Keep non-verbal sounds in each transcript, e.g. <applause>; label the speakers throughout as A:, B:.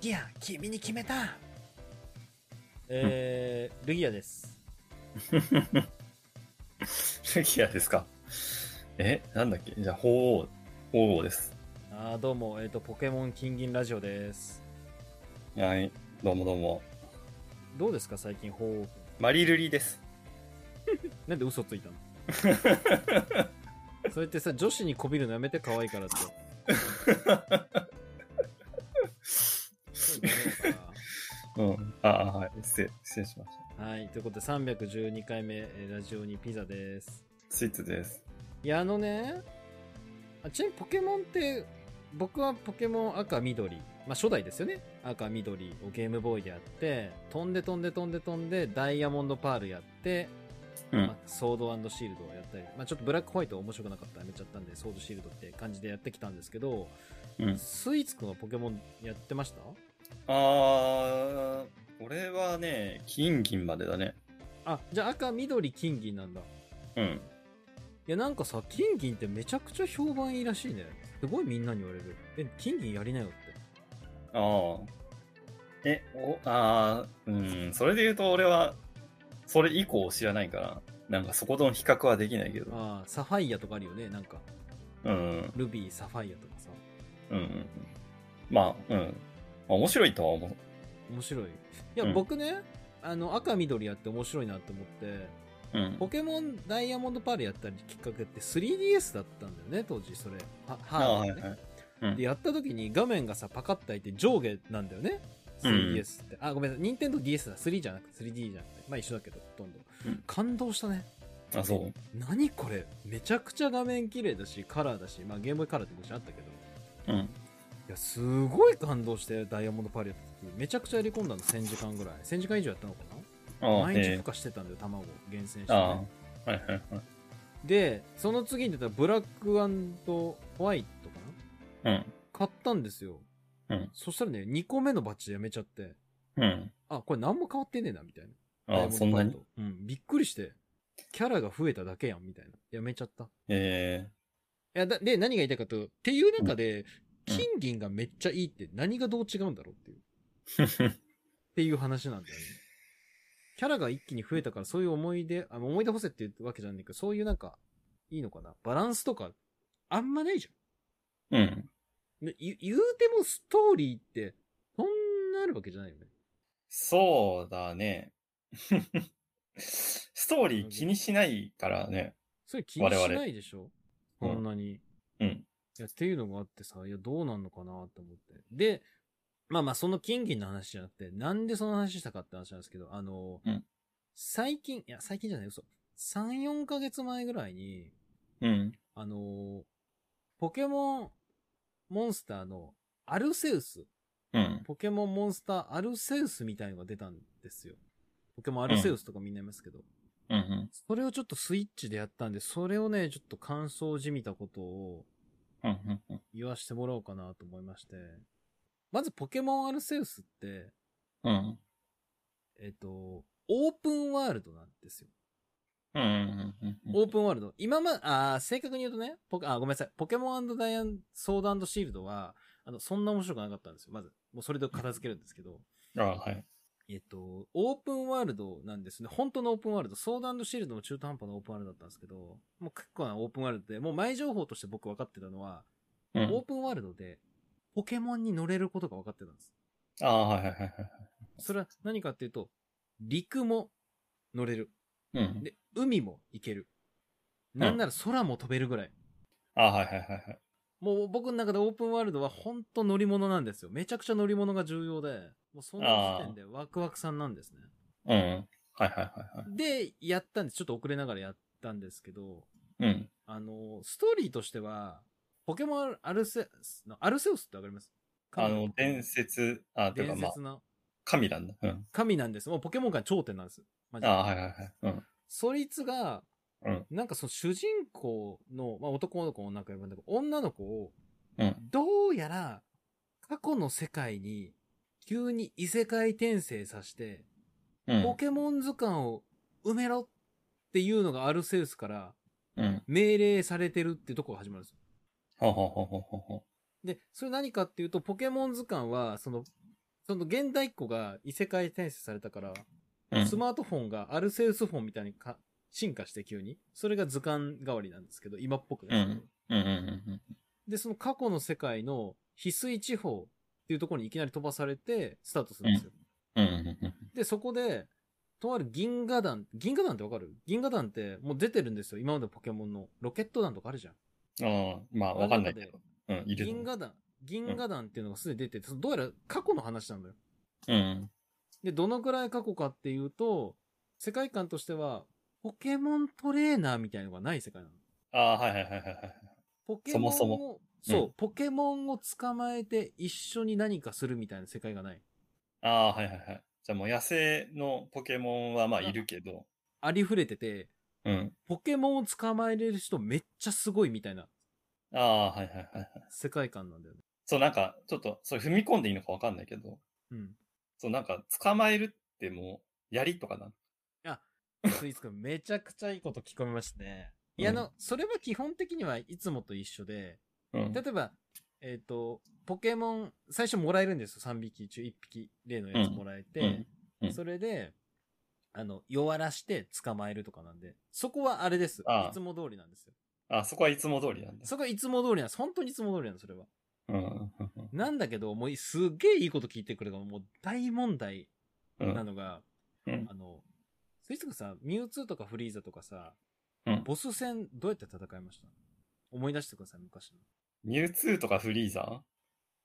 A: ギア、君に決めた
B: えー、ルギアです。
C: <laughs> ルギアですかえなんだっけじゃあ、鳳凰。鳳凰です。
B: あーどうも、えっ、と、ポケモン金銀ラジオです。
C: はい。どうもどうも。
B: どうですか、最近、ほう。
C: マリルリです。
B: なんで嘘
A: <laughs>
B: ついたのそれってさ、女子にこびるのやめて可愛いか
A: <laughs>
B: らって。そうダメだか
C: うん。ああ、はい。失礼、失礼しました。
B: らはい、ということで312回目、えーラジオにピザです。
C: スイーツです。
B: いや、あのね、あちなみにポケモンって、僕はポケモン赤緑、まあ初代ですよね。赤緑をゲームボーイでやって、飛んで飛んで飛んで飛んで、ダイヤモンドパールやって、
C: うん。
B: まあ、ソードシールドをやったり、まあ、ちょっとブラックホワイトは面白くなかったらやめちゃったんで、ソードシールドって感じでやってきたんですけど、
C: うん。
B: スイーツくんはポケモンやってました
C: あー、俺はね、金銀までだね。
B: あ、じゃあ赤、緑、金銀なんだ。い
C: うん。
B: や、なんかさ、金銀ってめちゃくちゃ評判いいらしいね。すごいみんなに言われる。え、金銀やりなよって。
C: あー。え、お、あー、うん。それで言うと俺は、それ以降知らないから、なんかそことの比較はできないけど。
B: ああ、サファイアとかあるよね。なんか、
C: うん。
B: ルビー、サファイアとかさ。
C: うんうん。まあ、うん。まあ面白いとは思う。
B: 面白い。いや、
C: うん
B: 僕ね、あの、赤、緑やって面白いなって思って、
C: うん。
B: ポケモンダイヤモンドパールやったりきっかけって 3DS だったんだよね、当時、それ。は、
C: ああ
B: は、
C: はいい
B: ね
C: はい。
B: で、やった時に画面がさ、パカッと開いて上下なんだよね。3DS って。あ、ごめんなさい。任天堂 DS だ。3じゃなくて、3D じゃなくて。まあ一緒だけど、ほとんど
C: うん。
B: 感動したね。
C: あ、そう。
B: 何これめちゃくちゃ画面綺麗だし、カラーだし、まあゲームボーイカラーってもちろんあったけど。
C: うん。
B: いや、すごい感動して、ダイヤモンドパールやった時。めちゃくちゃやり込んだの、1000時間ぐらい。1000時間以上やったのか
C: あ
B: な
C: ー
B: 毎日
C: え
B: 孵化してたんだよ、卵を厳選し
C: ー
B: て、ね
C: あ。ー、はいはいはい。
B: で、その次に出たブラックホワイトかな
C: うん。
B: 買ったんですよ。
C: うん
B: そしたらね、2個目のバッジでやめちゃって、
C: うん。
B: あ、これ何も変わってねえな、みたいな。ダイヤモン
C: あー
B: ド
C: そんな
B: パ
C: に
B: ールとうん、びっくりして、キャラが増えただけやん、みたいな。やめちゃった。い
C: え
B: や、だ、で、何が言いたいかと、っていう中で、
C: うん
B: 金銀がめっちゃいいって何がどう違うんだろうっていう、っ
C: えー。
B: ていう話なんだよね。キャラが一気に増えたから、そういう思い出、あ思い出補正って言うわけじゃないけど、そういうなんか、いいのかな。バランスとか、あんまないじゃん。
C: うん。
B: ね、言言うてもストーリーって、そんなあるわけじゃないよね。
C: そうだね。ストーリー気にしないからね。
B: それ気にしないでしょこ
C: 我々
B: んなに。い
C: うん。
B: や、っていうのがあってさ、いや、どうなんのかなって思って。で、まあまあ、その金銀の話じゃなくて、なんでその話したかって話なんですけど、あの、
C: うん
B: 最近、いや、最近じゃない、嘘。3、4ヶ月前ぐらいに、
C: うん。
B: あの、ポケモンモンスターのアルセウス
C: うん。
B: ポケモンモンスターアルセウスみたいのが出たんですよ。ポケモンアルセウスとかみんな言いますけど。
C: うん。
B: それをちょっとスイッチでやったんで、それをね、ちょっと感想じみたことを
C: うん。うん。
B: 言わしてもらおうかなと思いまして。まずポケモンアルセウスって、
C: うん。
B: えっ、と、オープンワールドなんですよ。
C: うん。
B: オープンワールド。今ま、あー正確に言うとね、ポケ、あー、ごめんなさい。ポケモンダイアン、ソードシールドは、あの、そんな面白くなかったんですよ。まず。もうそれで片付けるんですけど。
C: あ、はい。
B: えっと、オープンワールドなんですね。本当のオープンワールド。ソードシールドも中途半端なオープンワールドだったんですけど、もう結構なオープンワールドで、もう前情報として僕分かってたのは、
C: う
B: オー
C: ん。
B: プンワールドで、ポケモンに乗れることが分かってたんです。
C: ああ、はいはいはいはい。
B: それは何かっていうと、陸も乗れる。
C: うん。
B: で、海も行ける。なんなら空も飛べるぐらい。
C: ああ、はいはいはいはい。
B: もう僕の中でオープンワールドは本当乗り物なんですよ。めちゃくちゃ乗り物が重要で、もうその時点でワクワクさんなんですね。
C: うん。はいはいはいはい。
B: で、やったんです。ちょっと遅れながらやったんですけど、
C: うん。
B: あの、ストーリーとしては、ポケモンアルセウスの、アルセウスってわかります
C: あの、伝
B: 伝説
C: 説、あ、てかまあ、
B: の
C: 神なんだ。うん。
B: 神なんです。もうポケモン界の頂点なんです。マジ
C: あ
B: で
C: あ、はいはいはい。うん。
B: そいつが、
C: うん
B: なんかその主人公の、まあ、男の子もなんか呼ぶんだけど、女の子を、
C: うん。
B: どうやら、過去の世界に、急に異世界転生させて、
C: うん
B: ポ。ケモン図鑑を埋めろっていうのがアルセウスから
C: うん。
B: 命令されてるってとこが始まるんですよ。
C: ほほほほほほ。
B: で、それ何かっていうと、ポケモン図鑑は、その、その現代っ子が異世界転生されたから、
C: うん
B: スマートフォンがアルセウスフォンみたいにか進化して急に。それが図鑑代わりなんですけど、今っぽくね、
C: うんうんうんうん
B: で、その過去の世界の翡翠地方っていうところにいきなり飛ばされて、スタートするんですよ。
C: うんうんうんうん
B: で、そこで、とある銀河団、銀河団ってわかる銀河団ってもう出てるんですよ。今までのポケモンの。ロケット団とかあるじゃん。
C: うん。ああ、まあ、わかんないけど。うん、いると思
B: 銀河団、銀河団っていうのがすでに出てて、そのどうやら過去の話なんだよ。
C: う。うん。
B: で、どのくらい過去かっていうと、世界観としては、ポケモントレーナーみたいなのがない世界なの。
C: ああ、はいはいはいはいはい。
B: ポケモンを、
C: そもそも
B: そう、
C: うん
B: ポケモンを捕まえて一緒に何かするみたいな世界がない。
C: ああ、はいはいはい。じゃあもう野生のポケモンはまあいるけど、
B: ありふれてて、
C: うん。
B: ポケモンを捕まえれる人めっちゃすごいみたいな
C: ああ、はいはいはいはい。
B: 世界観なんだよね。
C: そうなんか、ちょっと、それ踏み込んでいいのかわかんないけど、 <laughs>
B: うん。
C: そうなんか、捕まえるってもう、槍とかな。
B: スイーツくん、めちゃくちゃいいこと聞き込みましたね。いや、あ
C: うん
B: の、それは基本的にはいつもと一緒で、
C: うん。
B: 例えば、えっ、と、ポケモン、最初もらえるんですよ。3匹中1匹、例のやつもらえて、
C: うんうん
B: それで、あの、弱らして捕まえるとかなんで、そこはあれです。
C: ああ
B: いつも通りなんですよ。
C: あ、そこはいつも通りなんだ。
B: そこはいつも通りなんです。本当にいつも通りなんです、それは。
C: うん。
B: なんだけど、もうすっげえいいこと聞いてくるが、もう大問題
C: うん
B: なのが、
C: うん
B: あの、スイスがさ、ミュウツーとかフリーザとかさ、
C: うん
B: ボス戦どうやって戦いました思い出してください、昔の。
C: ミュウツーとかフリーザ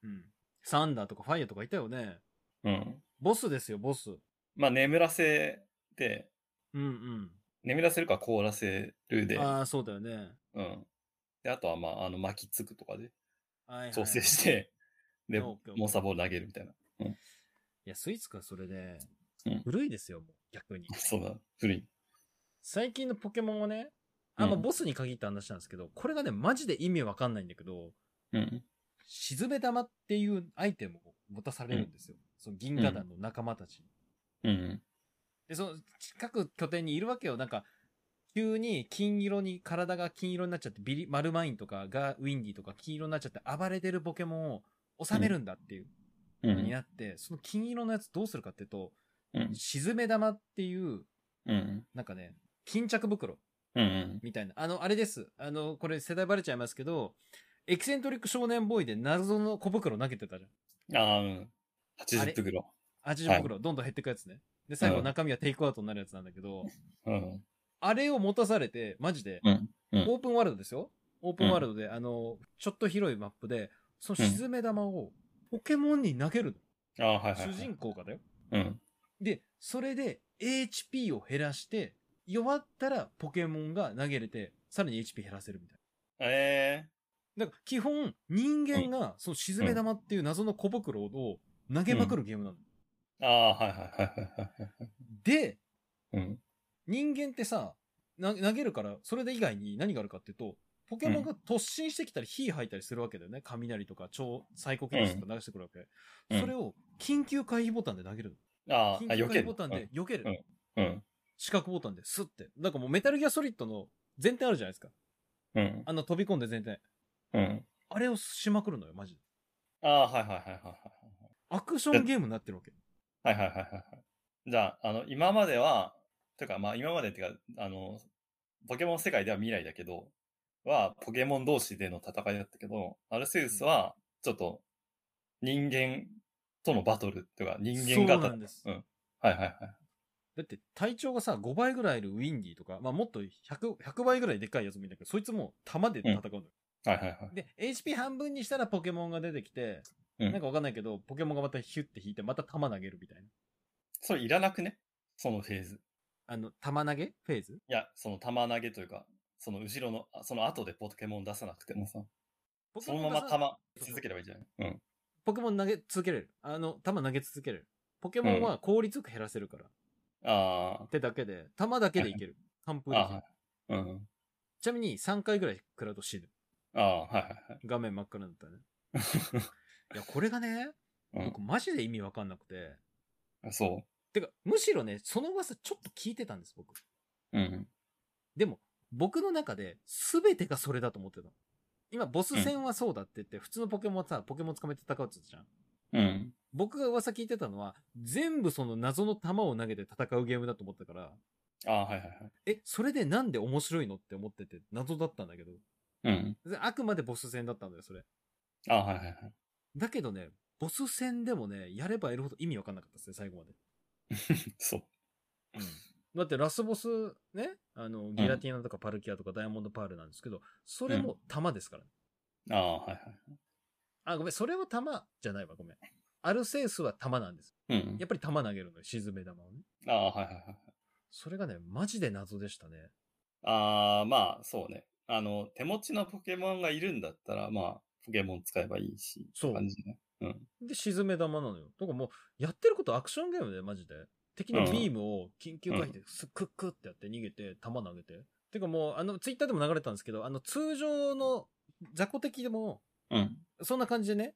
B: うん。サンダーとかファイヤーとかいたよね。
C: ーうん。
B: ボスですよ、ボス。
C: まあ、眠らせて、
B: うん
C: 眠らせるか凍らせる
B: う
C: で、
B: ん。ああ、そうだよね。
C: うん。で、あとはまあ、あの、巻きつくとかで、
B: はいはい
C: 調
B: <laughs>
C: 整して、で、
B: オッケーオッケー
C: モンサボール投げるみたいな。 <laughs>
B: いや、スイーツかそれで、
C: うん
B: 古いですよ、もう、逆に。
C: そうだ、古い。
B: 最近のポケモンはね、あ、まあ、
C: うん
B: ボスに限った話なんですけど、これがね、マジで意味わかんないんだけど、
C: うん。
B: 沈め玉っていうアイテムを持たされるんですよ。その銀河団の仲間たちに。
C: うん。
B: で、その、近く拠点にいるわけよ。なんか、急に金色に、体が金色になっちゃって、ビリ、マルマインとかがウィンディとか金色になっちゃって暴れてるポケモンを収めるんだっていう
C: う
B: のに
C: ん。
B: なって、その金色のやつどうするかっていうと、
C: うん。
B: 沈め玉っていう、
C: うん。
B: なんかね、巾着袋
C: うん。
B: みたいな。あの、あれです。あの、これ世代バレちゃいますけど、エキセントリック少年ボーイで謎の小袋投げてたじゃん。
C: ああ、うん。
B: あれ
C: 80袋。
B: 80袋、どんどん減ってくやつね。で、最後中身はテイクアウトになるやつなんだけど、
C: うん。
B: あれを持たされて、マジで、
C: うんうん
B: オープンワールドですよ。オープンワールドで、あの、ちょっと広いマップで、その沈め玉をポケモンに投げる
C: ああ、はい
B: の。
C: は
B: 主
C: い。
B: 人。公がだよ。
C: うん。
B: で、それで HP を減らして、弱ったらポケモンが投げれて、さらに HP 減らせるみたい
C: ええ
B: な。だから基本、人間がその沈め玉っていう謎の小袋を投げまくるゲームなの。
C: ー。ああー、はいはいはいはいはい。
B: で、
C: うん。
B: 人間ってさ、な投げるから、それで以外に何があるかっていうと、ポケモンが突進してきたり火吐いたりするわけだよね。雷とか超サイコキネシスとか流してくるわけ。
C: うん
B: それを緊急回避ボタンで投げるの。
C: あー
B: 緊
C: あ、
B: 急
C: 避
B: 回
C: け
B: 避ボタンで
C: る。
B: 避ける。
C: うんうん。
B: 四角ボタンでスッて。なんかもうメタルギアソリッドの前提あるじゃないですか。
C: うん。
B: あの飛び込んで前提。
C: うん。
B: あれをしまくるのよ、マジで。
C: ああ、はいはいはいはいはい。
B: アクションゲームになってるわけ。
C: はいはいはいはいはい。じゃあ、あの、今までは、というか、まあ今までっていうか、あの、ポケモン世界では未来だけど、は、ポケモン同士での戦いだったけど、アルセウスは、ちょっと、人間とのバトルっていうか、人間
B: そう
C: 型。
B: なんです。
C: はいはいはい。
B: だって体長がさ、5倍ぐらいいるウィンディとか、まあもっと 100, 100倍ぐらいでかいやつもいるんだけど、そいつも弾で戦うのよ。
C: はいはいはい。
B: で、HP 半分にしたらポケモンが出てきて、
C: うん
B: なんかわかんないけど、ポケモンがまたヒュッて引いて、また弾投げるみたいな。
C: それいらなくねそのフェーズ。
B: あの、弾投げフェーズ
C: いや、その玉投げというか、その後ろの、あその後でポケモン出さなくてもさ、
B: ポケ
C: そ
B: モン
C: の
B: が
C: まま
B: さ
C: 玉続ければいいじゃないうん。
B: ポケモン投げ続けれる。あの、弾投げ続けれる。ポケモンは効率よく減らせるから。
C: あ
B: 手だけで、弾だけでい
C: <laughs>
B: ける。完
C: あ、
B: 封
C: あ
B: で
C: あ
B: きる。
C: ー、はい。うん。
B: ちなみに3回ぐらい食らうと死ぬ。
C: ああ、はいはいはい。
B: 画面真っ暗にな
C: <laughs>
B: ったらね。いや、これがね、
C: うん
B: 僕マジで意味わかんなくて。
C: そ
B: てか、むしろね、その噂ちょっと聞いてたんです、僕。
C: う。うん。
B: でも、僕の中で全てがそれだと思ってたの。今、ボス戦はそうだって言って、普通のポケモンはさ、ポケモン捕まえて戦うって言ったじゃん。
C: うん。
B: 僕が噂聞いてたのは、全部その謎の弾を投げて戦うゲームだと思ったから、
C: ああ、はいはいはい。
B: え、それでなんで面白いのって思ってて謎だったんだけど、
C: うん。
B: であくまでボス戦だったんだよ、それ。
C: ああ、はいはいはい。
B: だけどね、ボス戦でもね、やればやるほど意味わかんなかったですね、最後まで。
C: そう。
B: だってラスボスね、あの、ギラティナとかパルキアとかダイヤモンドパールなんですけど、それも弾ですからね。
C: ああ、はいはい。
B: あ、ごめん、それは弾じゃないわ、ごめん。アルセウスは弾なんです。
C: うん
B: やっぱり弾投げるのよ、沈め弾をね。
C: ああ、はいはいはい。
B: それがね、マジで謎でしたね。
C: ああ、まあ、そうね。あの、手持ちのポケモンがいるんだったら、まあ、ポケモン使えばいいし、
B: そう
C: 感じね。
B: で、沈め玉なのよ。とかもう、やってることアクションゲームで、マジで。敵のビームを緊急回避で、スックックってやって逃げて、弾投げて。てかもう、あの、ツイッターでも流れたんですけど、あの、通常の雑魚敵でも、
C: うん。
B: そんな感じでね、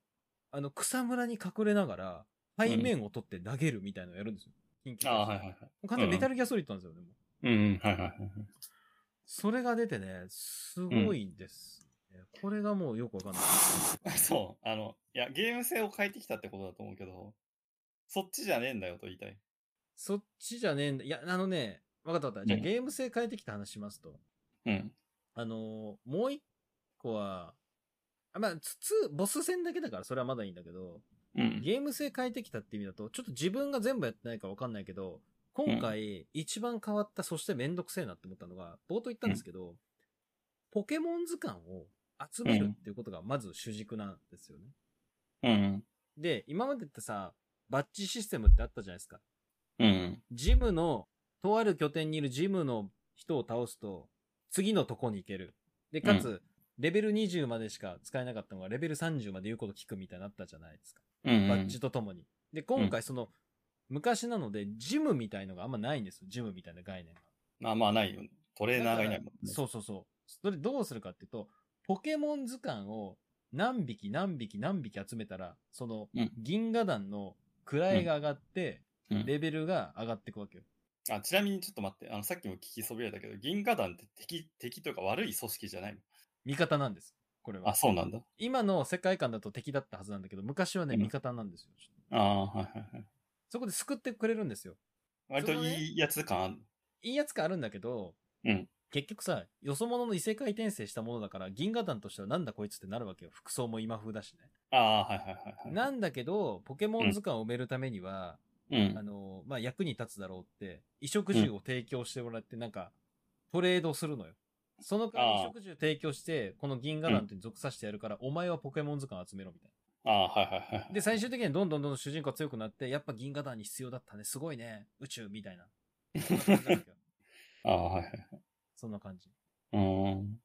B: あの、草むらに隠れながら、背面を取って投げるみたいなのやるんですよ。緊急回
C: あ
B: 避
C: あ、はいはいはい。
B: もう完全にメタルギアソリッドなんですよね、もう
C: うん、うん、はいはいはいはい。
B: それが出てね、すごいんです、ねこれがもうよくわかんない。
C: <laughs> そう。あの、いや、ゲーム性を変えてきたってことだと思うけど、そっちじゃねえんだよと言いたい。
B: そっちじゃねえんだ。いや、あのね、わかったわかった。じゃあ
C: うん
B: ゲーム性変えてきた話しますと。
C: うん。
B: あのーもう一個は、あまあ、つ、つ、ボス戦だけだからそれはまだいいんだけど、
C: うん。
B: ゲーム性変えてきたって意味だと、ちょっと自分が全部やってないからわかんないけど、今回一番変わった、そしてめんどくせえなって思ったのが、冒頭言ったんですけど、ポケモン図鑑を集めるっていうことがまず主軸なんですよね。
C: うん。
B: で、今までってさ、バッジシステムってあったじゃないですか。
C: うん。
B: ジムの、とある拠点にいるジムの人を倒すと、次のとこに行ける。で、かつ、
C: う
B: レベル20までしか使えなかったのが、レベル30まで言うこと聞くみたいになったじゃないですか。
C: うん。
B: バッジとともに。で、今回その、昔なので、ジムみたいのがあんまないんですよ。ジムみたいな概念が。
C: まあまあないよね。トレーナーがいないもんね。
B: そうそうそう。それどうするかっていうと、ポケモン図鑑を何匹何匹何匹集めたら、その
C: うん、
B: 銀河団の位が上がって、
C: うん
B: レベルが上がっていくわけよ。
C: あ、ちなみにちょっと待って、あの、さっきも聞きそびれたけど、銀河団って敵、敵というか悪い組織じゃないの
B: 味方なんです。これは
C: あ、。そうなんだ。
B: 今の世界観だと敵だったはずなんだけど、昔はね、
C: うん
B: 味方なんですよ。
C: ああ、はいはいはい。
B: そこで救ってくれるんですよ。
C: 割といいやつ感ある。
B: いいやつ感あるんだけど、
C: うん
B: 結局さ、よそ者の異世界転生したものだから、銀河団としてはなんだこいつってなるわけよ。服装も今風だしね。
C: ああー、はいはいはいはい。
B: なんだけど、ポケモン図鑑を埋めるためには、
C: うん
B: あ。の、まあ、役に立つだろうって、衣食住を提供してもらって、なんか、トレードするのよ。その代わり
C: あー
B: 衣食住提供して、この銀河団に属させてやるから、お前はポケモン図鑑集めろみたいな。
C: ああ、はいはいはい。
B: で、最終的にはどんどんどんどん主人公が強くなって、やっぱ銀河団に必要だったね。すごいね。宇宙み
C: <laughs>
B: たいな。そんな感じなんですよ
C: ああ、はいはい。
B: そんな感じ。
C: うーん。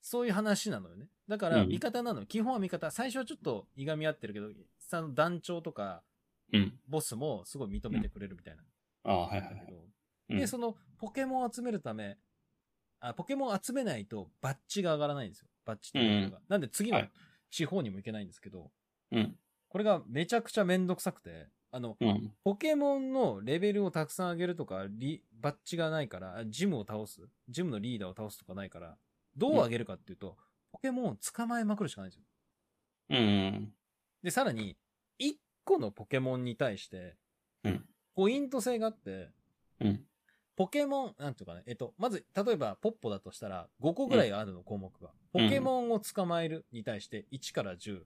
B: そういう話なのよね。だから、
C: うん
B: 味方なの。基本は味方。最初はちょっといがみ合ってるけど、その団長とか、
C: うん。
B: ボスもすごい認めてくれるみたいな。
C: ああ、はいは
B: だ
C: いは
B: け
C: い。
B: ど。
C: うん
B: で、その、ポケモンを集めるため、あ、ポケモンを集めないと、バッジが上がらないんですよ。バッジっていうのが。なんで、次の
C: はい
B: 地方にも行けないんですけど、
C: うん。
B: これがめちゃくちゃめんどくさくて、あの、
C: うん。
B: ポケモンのレベルをたくさん上げるとか、リバッジがないから、あジムを倒す、ジムのリーダーを倒すとかないから、どう上げるかっていうと、ポケモンを捕まえまくるしかないんですよ。
C: うん。
B: で、さらに、1個のポケモンに対して
C: うん、
B: ポイント制があって、
C: うん。
B: ポケモン、なんていうかね、えっと、まず、例えば、ポッポだとしたら、5個ぐらいあるの、項目が。ポケモンを捕まえるに対して、1から10、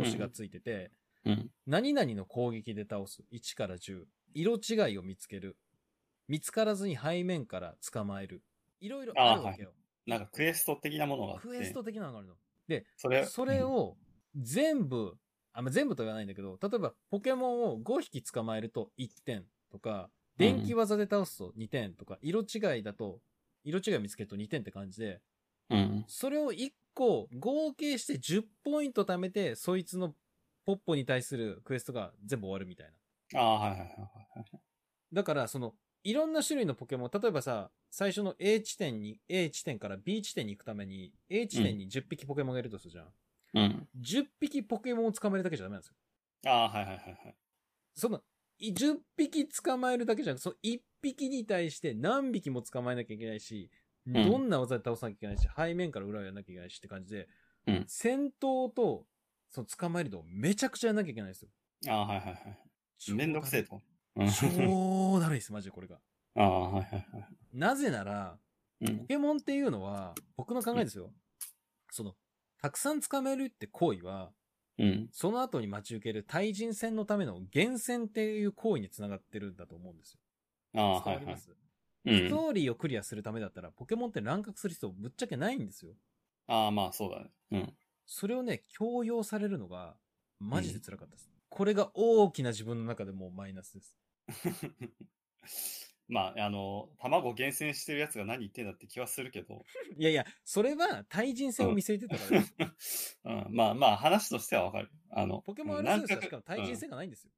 B: 星がついてて、
C: うん。
B: 何々の攻撃で倒す。1から10。色違いを見つける。見つからずに背面から捕まえる。いろいろあるわけよ。
C: なんかクエスト的なものがあって。
B: クエスト的なのがあるの。
C: それ、
B: それを全部、あ、まあ、全部とは言わないんだけど、例えばポケモンを5匹捕まえると1点とか、電気技で倒すと2点とか、色違いだと、色違いを見つけると2点って感じで、
C: うん、うん。
B: それを1個合計して10ポイント貯めて、そいつのポッポに対するクエストが全部終わるみたいな。
C: ああ、はいはいはいはい。
B: だから、その、いろんな種類のポケモン、例えばさ、最初の A 地点に、A 地点から B 地点に行くために、A 地点に10匹ポケモンがいるとするじゃん。
C: うん。
B: 10匹ポケモンを捕まえるだけじゃダメなんですよ。
C: ああ、はいはいはいはい。
B: その、い10匹捕まえるだけじゃなくその1匹に対して何匹も捕まえなきゃいけないし、
C: ん
B: どんな技で倒さなきゃいけないし、背面から裏をやらなきゃいけないしって感じで、
C: うん
B: 戦闘と、その捕まえるのをめちゃくちゃやらなきゃいけないんですよ。
C: ああ、はいはいはい。めんどくせえと。うん
B: 超だるいです、マジでこれが。
C: ああ、はいはいはい。
B: なぜなら、
C: う
B: ポ
C: ん。
B: ケモンっていうのは、僕の考えですよ。その、たくさん捕めるって行為は、
C: うん。
B: その後に待ち受ける対人戦のための厳選っていう行為につながってるんだと思うんですよ。
C: ああ、は
B: 伝わ
C: い
B: り
C: は
B: ま
C: い。
B: す、
C: う
B: スト
C: ん。
B: ーリーをクリアするためだったら、ポケモンって乱獲する必要ぶっちゃけないんですよ。
C: ああ、まあそうだね。うん。
B: それをね、強要されるのが、マジで辛かったです。これが大きな自分の中でもうマイナスです。
C: まあ、あの、卵厳選してるやつが何言ってんだって気はするけど。 <laughs>
B: いやいや、それは対人戦を見据えてたからです。
C: うん、まあまあ話としてはわかる。あの、
B: ポケモンアルセウスはしかも対人戦がないんですよ。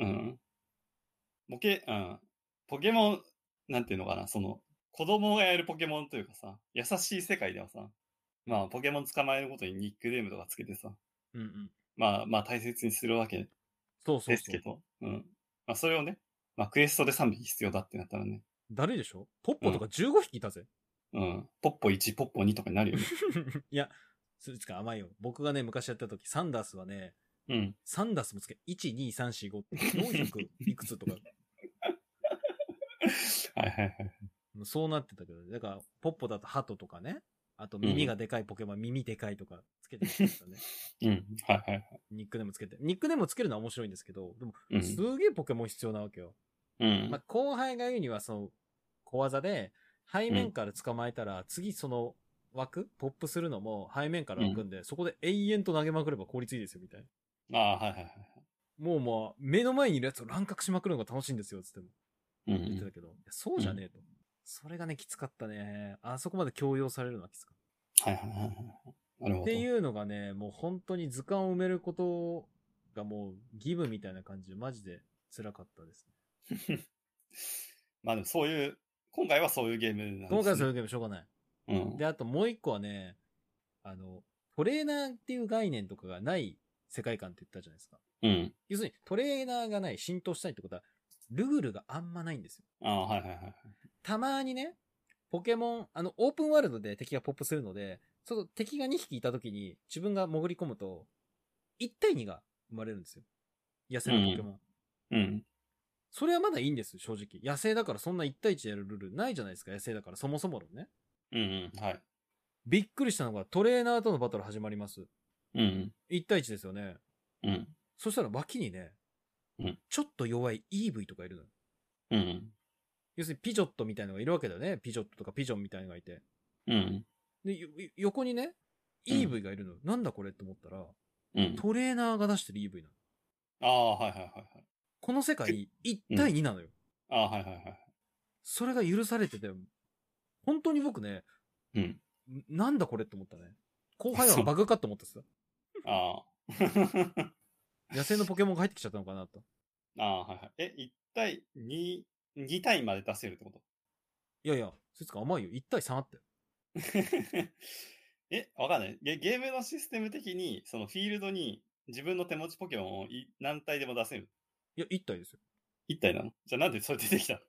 C: うん。うんポケ、うん。ポケモン、なんていうのかな、その、子供がやるポケモンというかさ、優しい世界ではさ、まあ、ポケモン捕まえることにニックネームとかつけてさ、
B: うんうん。
C: まあまあ大切にするわけ
B: そうそう
C: です
B: そ
C: け
B: う
C: ど、。うん。まあそれをね、まあクエストで3匹必要だってなったらね、
B: だるいでしょポッポとか15匹いたぜ。 <laughs>
C: うん。ポッポ1、ポッポ2とかになるよね。
B: いや、それしか甘いよ。僕がね、昔やった時、サンダースはね、
C: うん。
B: サンダースもつけ、1、2、3、4、5って400いくつとか、 <laughs>
C: はいはいはい。
B: もうそうなってたけど、だから、ポッポだとハトとかね、あと耳がでかいポケモン、耳でかいとかつけてました
C: <laughs>
B: ね。
C: うん。はいはいはい。
B: ニックネームつけて。ニックネームつけるのは面白いんですけど、でも、
C: うん。
B: すげえポケモン必要なわけよ。
C: うん。
B: まあ、後輩が言うには、その、小技で、背面から捕まえたら、次その枠、ポップするのも背面から開くんで、そこで永遠と投げまくれば効率いいですよ、みたいな。
C: ああ、はいはいはい。
B: もうまあ、目の前にいるやつを乱獲しまくるのが楽しいんですよ、つっても
C: うん
B: 言ってたけど、いやそうじゃねえと。それがね、きつかったね。あそこまで強要されるのはきつかっ
C: はいはいはいはい。なる
B: た。っ
C: ほど。
B: ていうのがね、もう本当に図鑑を埋めることがもう義務みたいな感じで、マジで辛かったです、
C: まあでもそういう、今回はそういうゲームなんです、ね。
B: 今回はそういうゲームしょうがない。
C: うん。
B: で、あともう一個はね、あの、トレーナーっていう概念とかがない世界観って言ったじゃないですか。
C: うん。
B: 要するにトレーナーがない、浸透したいってことは、ルールがあんまないんですよ。
C: ああ、はいはいはい。
B: たまにね、ポケモン、あの、オープンワールドで敵がポップするので、その敵が2匹いた時に自分が潜り込むと、1対2が生まれるんですよ。野生のポケモン。
C: うん。
B: それはまだいいんですよ、正直。野生だからそんな1対1でやるルールないじゃないですか、野生だから、そもそものね。
C: うんうん。はい。
B: びっくりしたのが、トレーナーとのバトル始まります。
C: うん。
B: 1対1ですよね。
C: うん。
B: そしたら脇にね、
C: うん
B: ちょっと弱い EV とかいるのよ。
C: うん。
B: 要するにピジョットみたいなのがいるわけだよね。ピジョットとかピジョンみたいなのがいて。
C: うん。
B: で、よよ横にね、
C: うん
B: EV がいるの。なんだこれって思ったら、
C: うん。
B: トレーナーが出してる EV なの。
C: ああ、はいはいはいはい。
B: この世界、1対2なのよ。
C: ああ、はいはいはい。
B: それが許されてて、本当に僕ね、
C: うん。
B: なんだこれって思ったね。後輩はバグかと思ってさ。
C: <laughs> ああ。
B: 野生のポケモンが入ってきちゃったのかなと。
C: ああ、はいはい。え、1対2、2対まで出せるってこと
B: いやいや、そいつか甘いよ。1対3あったよ。
C: <laughs> え、わかんないゲ。ゲームのシステム的に、そのフィールドに自分の手持ちポケモンをい何体でも出せる。
B: いや、1対ですよ。
C: 1体なのじゃあなんでそれ出てきたの
B: い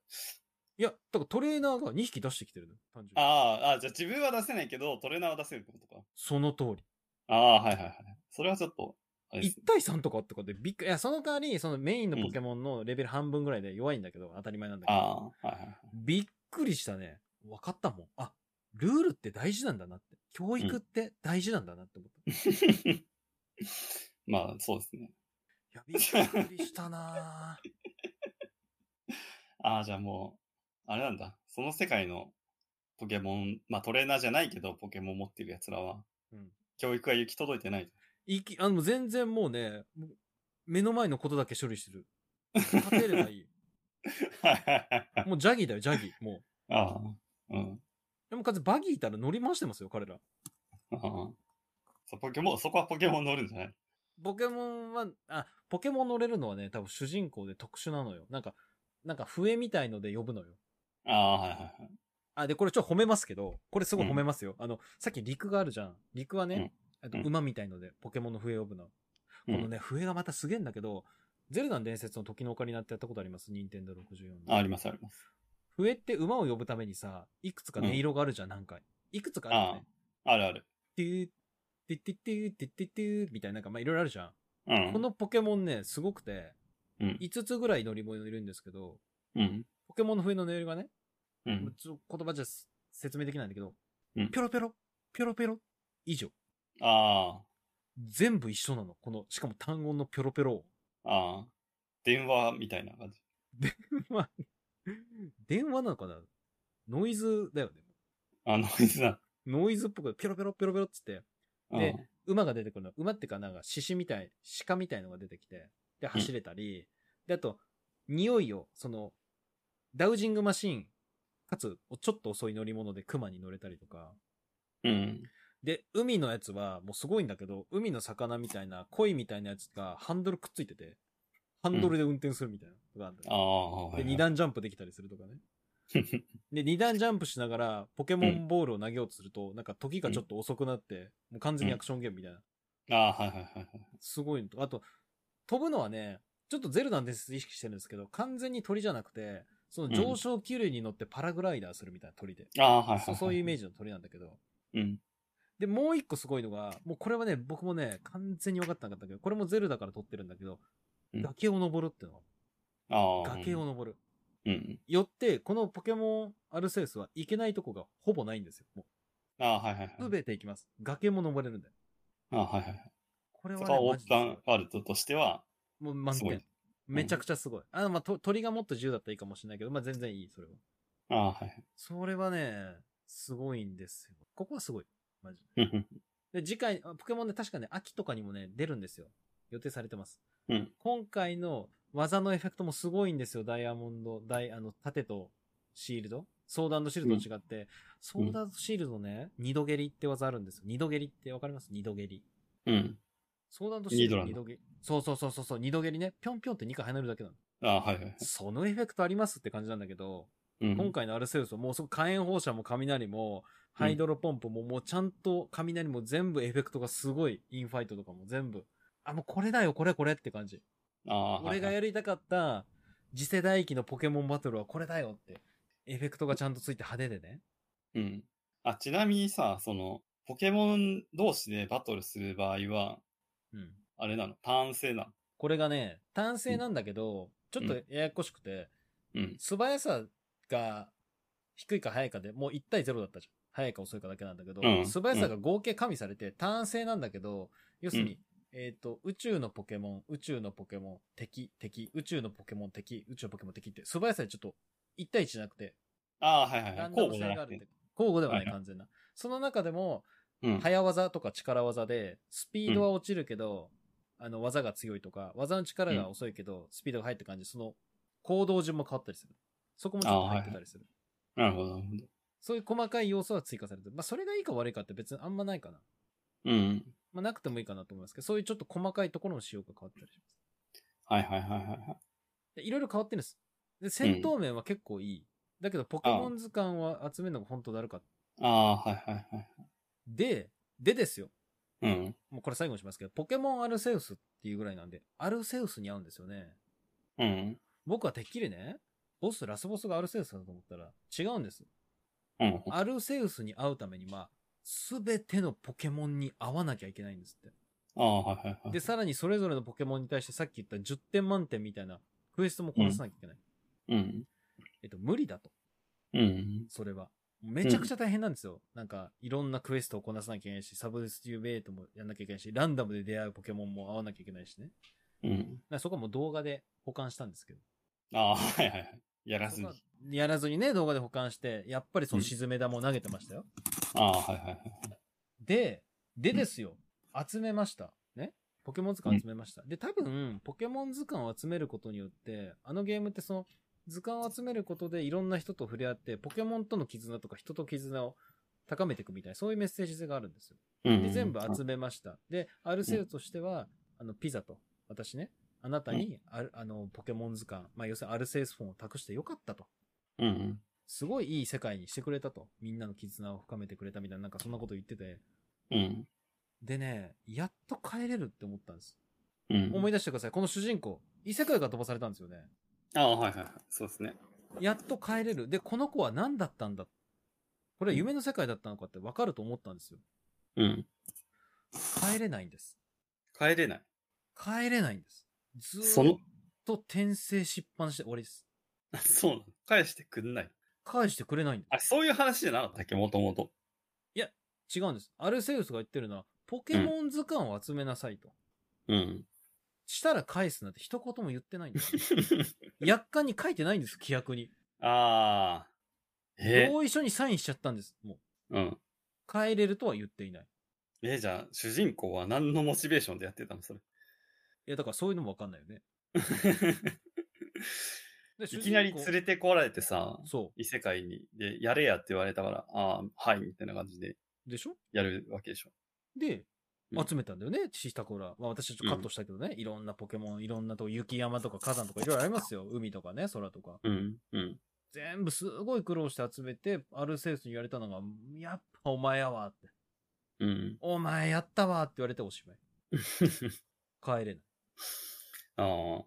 B: や、だからトレーナーが2匹出してきてるのよ。単純に。
C: ああ、ああじゃあ自分は出せないけど、トレーナーは出せるってことか。
B: その通り。
C: ああ、はいはいはい。それはちょっと、あれで
B: 1
C: す。
B: 対3とかってことでびっくり。いや、その代わり、そのメインのポケモンのレベル半分ぐらいで弱いんだけど、当たり前なんだけ
C: あ
B: ど。
C: あ、はいはいはい。
B: びっくりしたね。分かったもん。あ、ルールって大事なんだなって。教育って大事なんだなって思った。い
C: まあ、そうですね。
B: や、びっくりしたなぁ
C: ああ、じゃあもう、あれなんだ。その世界のポケモン、まあトレーナーじゃないけど、ポケモン持ってる奴らは、
B: うん
C: 教育が行き届い
B: <laughs>
C: てない。
B: いき、あの、全然もうね、もう目の前のことだけ処理してる。勝てればい
C: <laughs>
B: い。
C: はいはいはいはい。
B: もうジャギだよ、ジャギ。もう。
C: ああ、うん。
B: でも、かつバギーいたら乗り回してますよ、彼ら。
C: ああそうポケモン、そこはポケモン乗るんじゃない
B: ポケモンは、あ、ポケモン乗れるのはね、多分主人公で特殊なのよ。なんか、なんか笛みたいので呼ぶのよ。
C: ああ、はいはいはい。
B: あ、で、これちょっと褒めますけど、これすごい褒めますよ。あの、さっき陸があるじゃん。陸はね、あと
C: うん
B: 馬みたいので、ポケモンの笛呼ぶの。
C: う
B: こ
C: ん
B: のね、笛がまたすげえんだけど、ゼルダの伝説の時のオカリナってやったことあります任天堂64
C: ああ
B: の。
C: りますあります。
B: 笛って馬を呼ぶためにさ、いくつか音色があるじゃん、なんか。いくつかあるよね。
C: あるある。
B: てゥー、てってってー、てってってー、みたいな、なんか、まあ、いろいろあるじゃん。
C: うん。
B: このポケモンね、すごくて、
C: うん。
B: 5つぐらい乗り物いるんですけど、
C: うん。
B: ポケモンの冬のネイルがね、
C: うん。
B: ちょ言葉じゃす説明できないんだけど、
C: うん
B: ピョロピョロ、ピョロピョロ、以上。
C: あ
B: 全部一緒なの。この、しかも単音のピョロピョロ。 <laughs>
C: あ。ああ。電話みたいな感じ。
B: まあ、電話なのかなノイズだよね。
C: あ、ノイズな。
B: ノイズっぽく、ピョロピョロピョロピョロっつって、
C: うん。
B: で馬が出てくるの。馬ってか、なんか、獅子みたい、鹿みたいのが出てきて、で、走れたり、で、あと、匂いを、その、ダウジングマシーン、かつ、ちょっと遅い乗り物で熊に乗れたりとか、
C: うん。
B: で、海のやつは、もうすごいんだけど、海の魚みたいな、鯉みたいなやつがハンドルくっついてて、ハンドルで運転するみたいなのがあったり
C: ああ。はい
B: で、
C: はい
B: 二。段ジャンプできたりするとかね。で、
C: <laughs>
B: 二段ジャンプしながら、ポケモンボールを投げようとすると、なんか時がちょっと遅くなって、もう完全にアクションゲームみたいな。
C: ああ、はいはいはいはい。
B: すごいのと。あと、飛ぶのはね、ちょっとゼルダの伝説意識してるんですけど、完全に鳥じゃなくて、その上昇気流に乗ってパラグライダーするみたいな鳥で。
C: ああ、はいはいは
B: そ
C: い。
B: うそういうイメー
C: ジ。
B: ジの鳥なんだけど。
C: うん。
B: で、もう一個すごいのが、もうこれはね、僕もね、完全に分かってなかったけど、これもゼルダから撮ってるんだけど、
C: うん
B: 崖を登るっていうの
C: ああ。
B: が、崖を。登る。
C: うん。
B: よって、このポケモンアルセウスは行けないとこがほぼないんですよ。も、
C: ああ、はいはいうは
B: す
C: い。
B: べて行きます。崖も登れるんだよ。
C: ああ、はいはいはい。
B: これ
C: そ
B: は
C: こは
B: ね、
C: オ
B: マ
C: ー
B: ジです
C: タ
B: ごい
C: ンワールドとしては、
B: もう満
C: すごい
B: 点。。めちゃくちゃすごい。あ、まあ、と鳥がもっと自由だったらいいかもしれないけど、まあ、全然いい、それは。
C: ああ、はい
B: それはね、すごいんですよ。ここはすごい。マジ
C: はい。うん
B: で。で、次回、あポケモンね、確かね、秋とかにもね、出るんですよ。予定されてます。
C: うん
B: 今回の技のエフェクトもすごいんですよ。ダイヤモンド、ダイ、あの、盾とシールド。ソーダンドシールドと違って、ソーダンドシールドね、二度蹴りって技あるんですよ。二度蹴りってわかります二度蹴り。
C: うん。
B: ソーダンドシールド
C: 二
B: 二
C: 度
B: 度蹴り。そうそうそうそうそう、二度蹴りね。ぴょんぴょんって2回跳ねるだけなの。
C: ああ、はいはいはい。
B: そのエフェクトありますって感じなんだけど、
C: うん
B: 今回のアルセウスはもうすぐ火炎放射も雷も、ハイドロポンプももうちゃんと雷も全部エフェクトがすごい、インファイトとかも全部。あ、もうこれだよ、これこれって感じ。
C: ああ、はい
B: 俺が
C: はい
B: やりたかった次世代機のポケモンバトルはこれだよって。エフェクトがちゃんとついて派手でね。
C: うん。あ、ちなみにさ、その、ポケモン同士でバトルする場合は、
B: うん。
C: あれなの単性なの
B: これがね、単性なんだけど、ちょっとややこしくて、
C: うん。
B: 素早さが低いか速いかで、もう1対0だったじゃん。速いか遅いかだけなんだけど、
C: うん
B: 素早さが合計加味されて、単性なんだけど、要するに、えっ、と、宇宙のポケモン、宇宙のポケモン、敵、敵、宇宙のポケモン、敵、宇宙のポケモン、敵って、素早さでちょっと、1対1じゃなくて、
C: ああ、はいはいは
B: ラ
C: い。
B: ンダ
C: 交
B: ム性
C: 互じゃ
B: がある
C: なく
B: って
C: て。。
B: 交互ではな
C: はい
B: い、
C: はい
B: 完全な。その中でも、
C: うん。
B: 早技とか力技で、スピードは落ちるけど、あの、技が強いとか、技の力が遅いけど、スピードが入った感じ、その、行動順も変わったりする。そこもちょっと入ってたりする。
C: なるほど、なるほど。
B: そういう細かい要素は追加されてる。まあ、それがいいか悪いかって別にあんまないかな。
C: うん。
B: まあ、なくてもいいかなと思いますけど、そういうちょっと細かいところの仕様が変わったりします。
C: はいはいはいはいはい。
B: でいろいろ変わってるんです。で、戦闘面は結構いい。だけど、ポケモン図鑑は集めるのが本当だるかった。
C: ああ、はいはいはい。
B: で、でですよ。
C: うん。
B: もうこれ最後にしますけど、ポケモンアルセウスっていうぐらいなんで、アルセウスに合うんですよね。
C: うん。
B: 僕はてっきりね、ボス、ラスボスがアルセウスだと思ったら、違うんです。
C: うん。
B: アルセウスに会うためには、すべてのポケモンに会わなきゃいけないんですって。
C: ああ、はいはいはい。
B: で、さらにそれぞれのポケモンに対してさっき言った10点満点みたいなクエストもこなさなきゃいけない。
C: うん。
B: えっと、無理だと。
C: うん。
B: それは。めちゃくちゃ大変なんですよ。なんか、いろんなクエストをこなさなきゃいけないし、サブスティベートもやんなきゃいけないし、ランダムで出会うポケモンも会わなきゃいけないしね。だか
C: うん。
B: らそこはもう動画で保管したんですけど。
C: ああ、はいはいはい。やらずに
B: そこ。はやらずにね、動画で保管して、やっぱりその沈め玉を投げてましたよ。
C: ああ、はいはいはい。
B: で、でですよ、集めました。ね。ポケモン図鑑集めました。で、多分、ポケモン図鑑を集めることによって、あのゲームってその、図鑑を集めることでいろんな人と触れ合って、ポケモンとの絆とか人と絆を高めていくみたいな、そういうメッセージ性があるんですよ。
C: うん。
B: で、全部集めました。で、アルセウとしては、あの、ピザと、私ね、あなたに、あるあの、ポケモン図鑑、まあ、要するにアルセウスフォンを託してよかったと。
C: うん。
B: すごいいい世界にしてくれたと。みんなの絆を深めてくれたみたいな、なんかそんなこと言ってて。
C: うん。
B: でね、やっと帰れるって思ったんです。
C: うん。
B: 思い出してください。この主人公、異世界が飛ばされたんですよね。
C: ああ、はいはいはい。そうですね。
B: やっと帰れる。で、この子は何だったんだこれは夢の世界だったのかって分かると思ったんですよ。
C: うん。
B: 帰れないんです。
C: 帰れない。 <laughs>
B: 帰れないんです。ず
C: そ
B: ー
C: の
B: っ、と転生しっぱなしで終わりです。
C: そうなの。返してくんない。
B: 返してくれないんです
C: あ、そういう話じゃなかったっけ、もともと。
B: 違うんです。アルセウスが言ってるのは、ポケモン図鑑を集めなさいと。
C: うん。 <laughs>
B: したら返すなんて一言も言ってないんですよ。約款に書いてないんです、規約に。
C: ああ。え
B: 同意書にサインしちゃったんです。もう、
C: うん。
B: 帰れるとは言っていない。
C: え、じゃあ、主人公は何のモチベーションでやってたのそれ。 <laughs>
B: いや、だからそういうのもわかんないよね。で
C: いきなり連れてこられてさ、
B: そ
C: 異世界に、で、やれやって言われたから、ああ、はい、みたいな感じで
B: う。でしょ
C: やるわけでしょ。
B: で
C: う、ん
B: 集めたんだよね、シシタコラ。まあ私たちょっとカットしたけどね、いろんなポケモン、いろんなとこ、雪山とか火山とかいろいろありますよ。海とかね、空とか。
C: うん、うん。
B: 全部すごい苦労して集めて、アルセウスに言われたのが、やっぱお前やわって。
C: うん。 <laughs>
B: お前やったわって言われておしまい。帰れない。
C: ああ。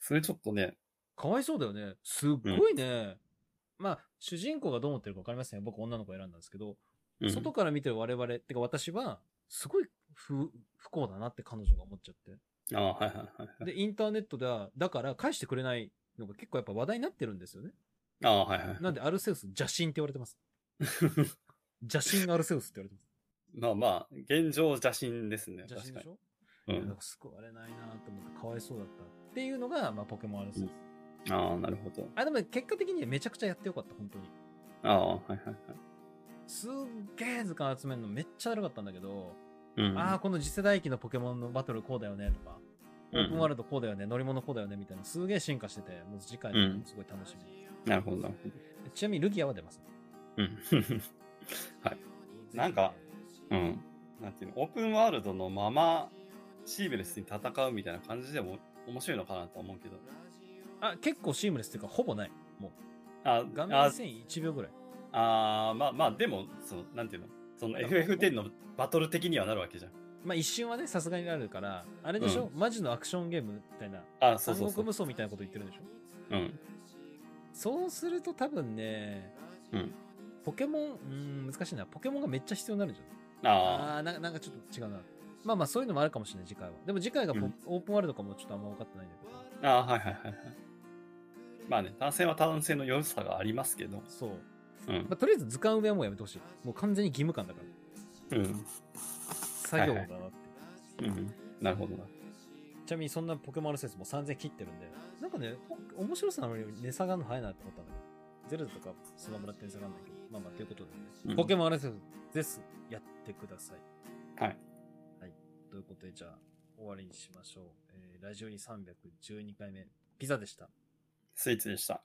C: それちょっとね、
B: かわいそうだよね。すっごいね。まあ、主人公がどう思ってるかわかりませんよ。僕女の子選んだんですけど、
C: うん、
B: 外から見てる我々、てか私は、すごい不不幸だなって彼女が思っちゃっ
C: ああ、はいはいはい。
B: て。で、インターネットでは、だから返してくれないのが結構やっぱ話題になってるんですよね。
C: ああ、はいはい。
B: なんでアルセウス邪神って言われてます。邪神アルセウスって言わ
C: <laughs>
B: れてま
C: まあまあ、現状邪神ですね。
B: す。邪
C: 確
B: 神
C: か
B: でしょ
C: に。
B: いやなんか救われないなと思ってかわいそうだったっていうのが、まあ、ポケモンアルセウス、
C: うんうん。ああ、なるほど。
B: あでも結果的にめちゃくちゃやってよかった本当に
C: ああ、はいはいはい。
B: すっげえ図鑑集めるのめっちゃだるかったんだけど、
C: うん。
B: ああこの次世代機のポケモンのバトルこうだよねとか、
C: うん
B: オープンワールドこうだよね乗り物こうだよねみたいなすげえ進化しててもう次回
C: うん
B: すごい楽しみ、
C: なるほど、なるほど。
B: ちなみにルギアは出ます
C: うん。はい。なんか、うん。なんていうの、オープンワールドのまま、シーベレスに戦うみたいな感じでも面白いのかなとは思うけど。
B: あ結構シームレスっていうかほぼないもう
C: あ、
B: 画面
C: あ
B: 1001秒ぐらい
C: あーまあまあ、でも、その、なんていうの、その FF10 のバトル的にはなるわけじゃん。
B: まあ一瞬はねさすがになるからあれでしょ、マジのアクションゲームみたいな
C: あそう
B: 三
C: そう
B: 国
C: そう。
B: 無双みたいなこと言ってるんでしょ
C: うん。
B: そうすると多分ね、
C: うん
B: ポケモン、うーん、難しいな。ポケモンがめっちゃ必要になるんじゃない
C: ああ、
B: あーな、なんかちょっと違うな。まあまあそういうのもあるかもしれない、次回は。でも次回がポ
C: うん
B: オープンワールドかもちょっとあんま分かってないんだけど。
C: ああー、はいはいはいはい。まあね、単線は単線の良さがありますけど。
B: そう。
C: うん
B: ま。あ、とりあえず図鑑上はもうやめてほしい。もう完全に義務感だから。
C: うん。
B: 作業だなって。
C: うん。なるほどな。
B: ちなみにそんなポケモンアルセンスも3000切ってるんで、なんかね、お面白さのより値下がるの早いなって思ったんだけど。ゼルダとかスマブラって値下がらないけど。まあまあということでね、
C: うん
B: ポケモンアルセンスです。やってください。
C: はい。
B: ということで、じゃあ、終わりにしましょう。えーラジオに312回目、ピザでした。
C: スイーツでした。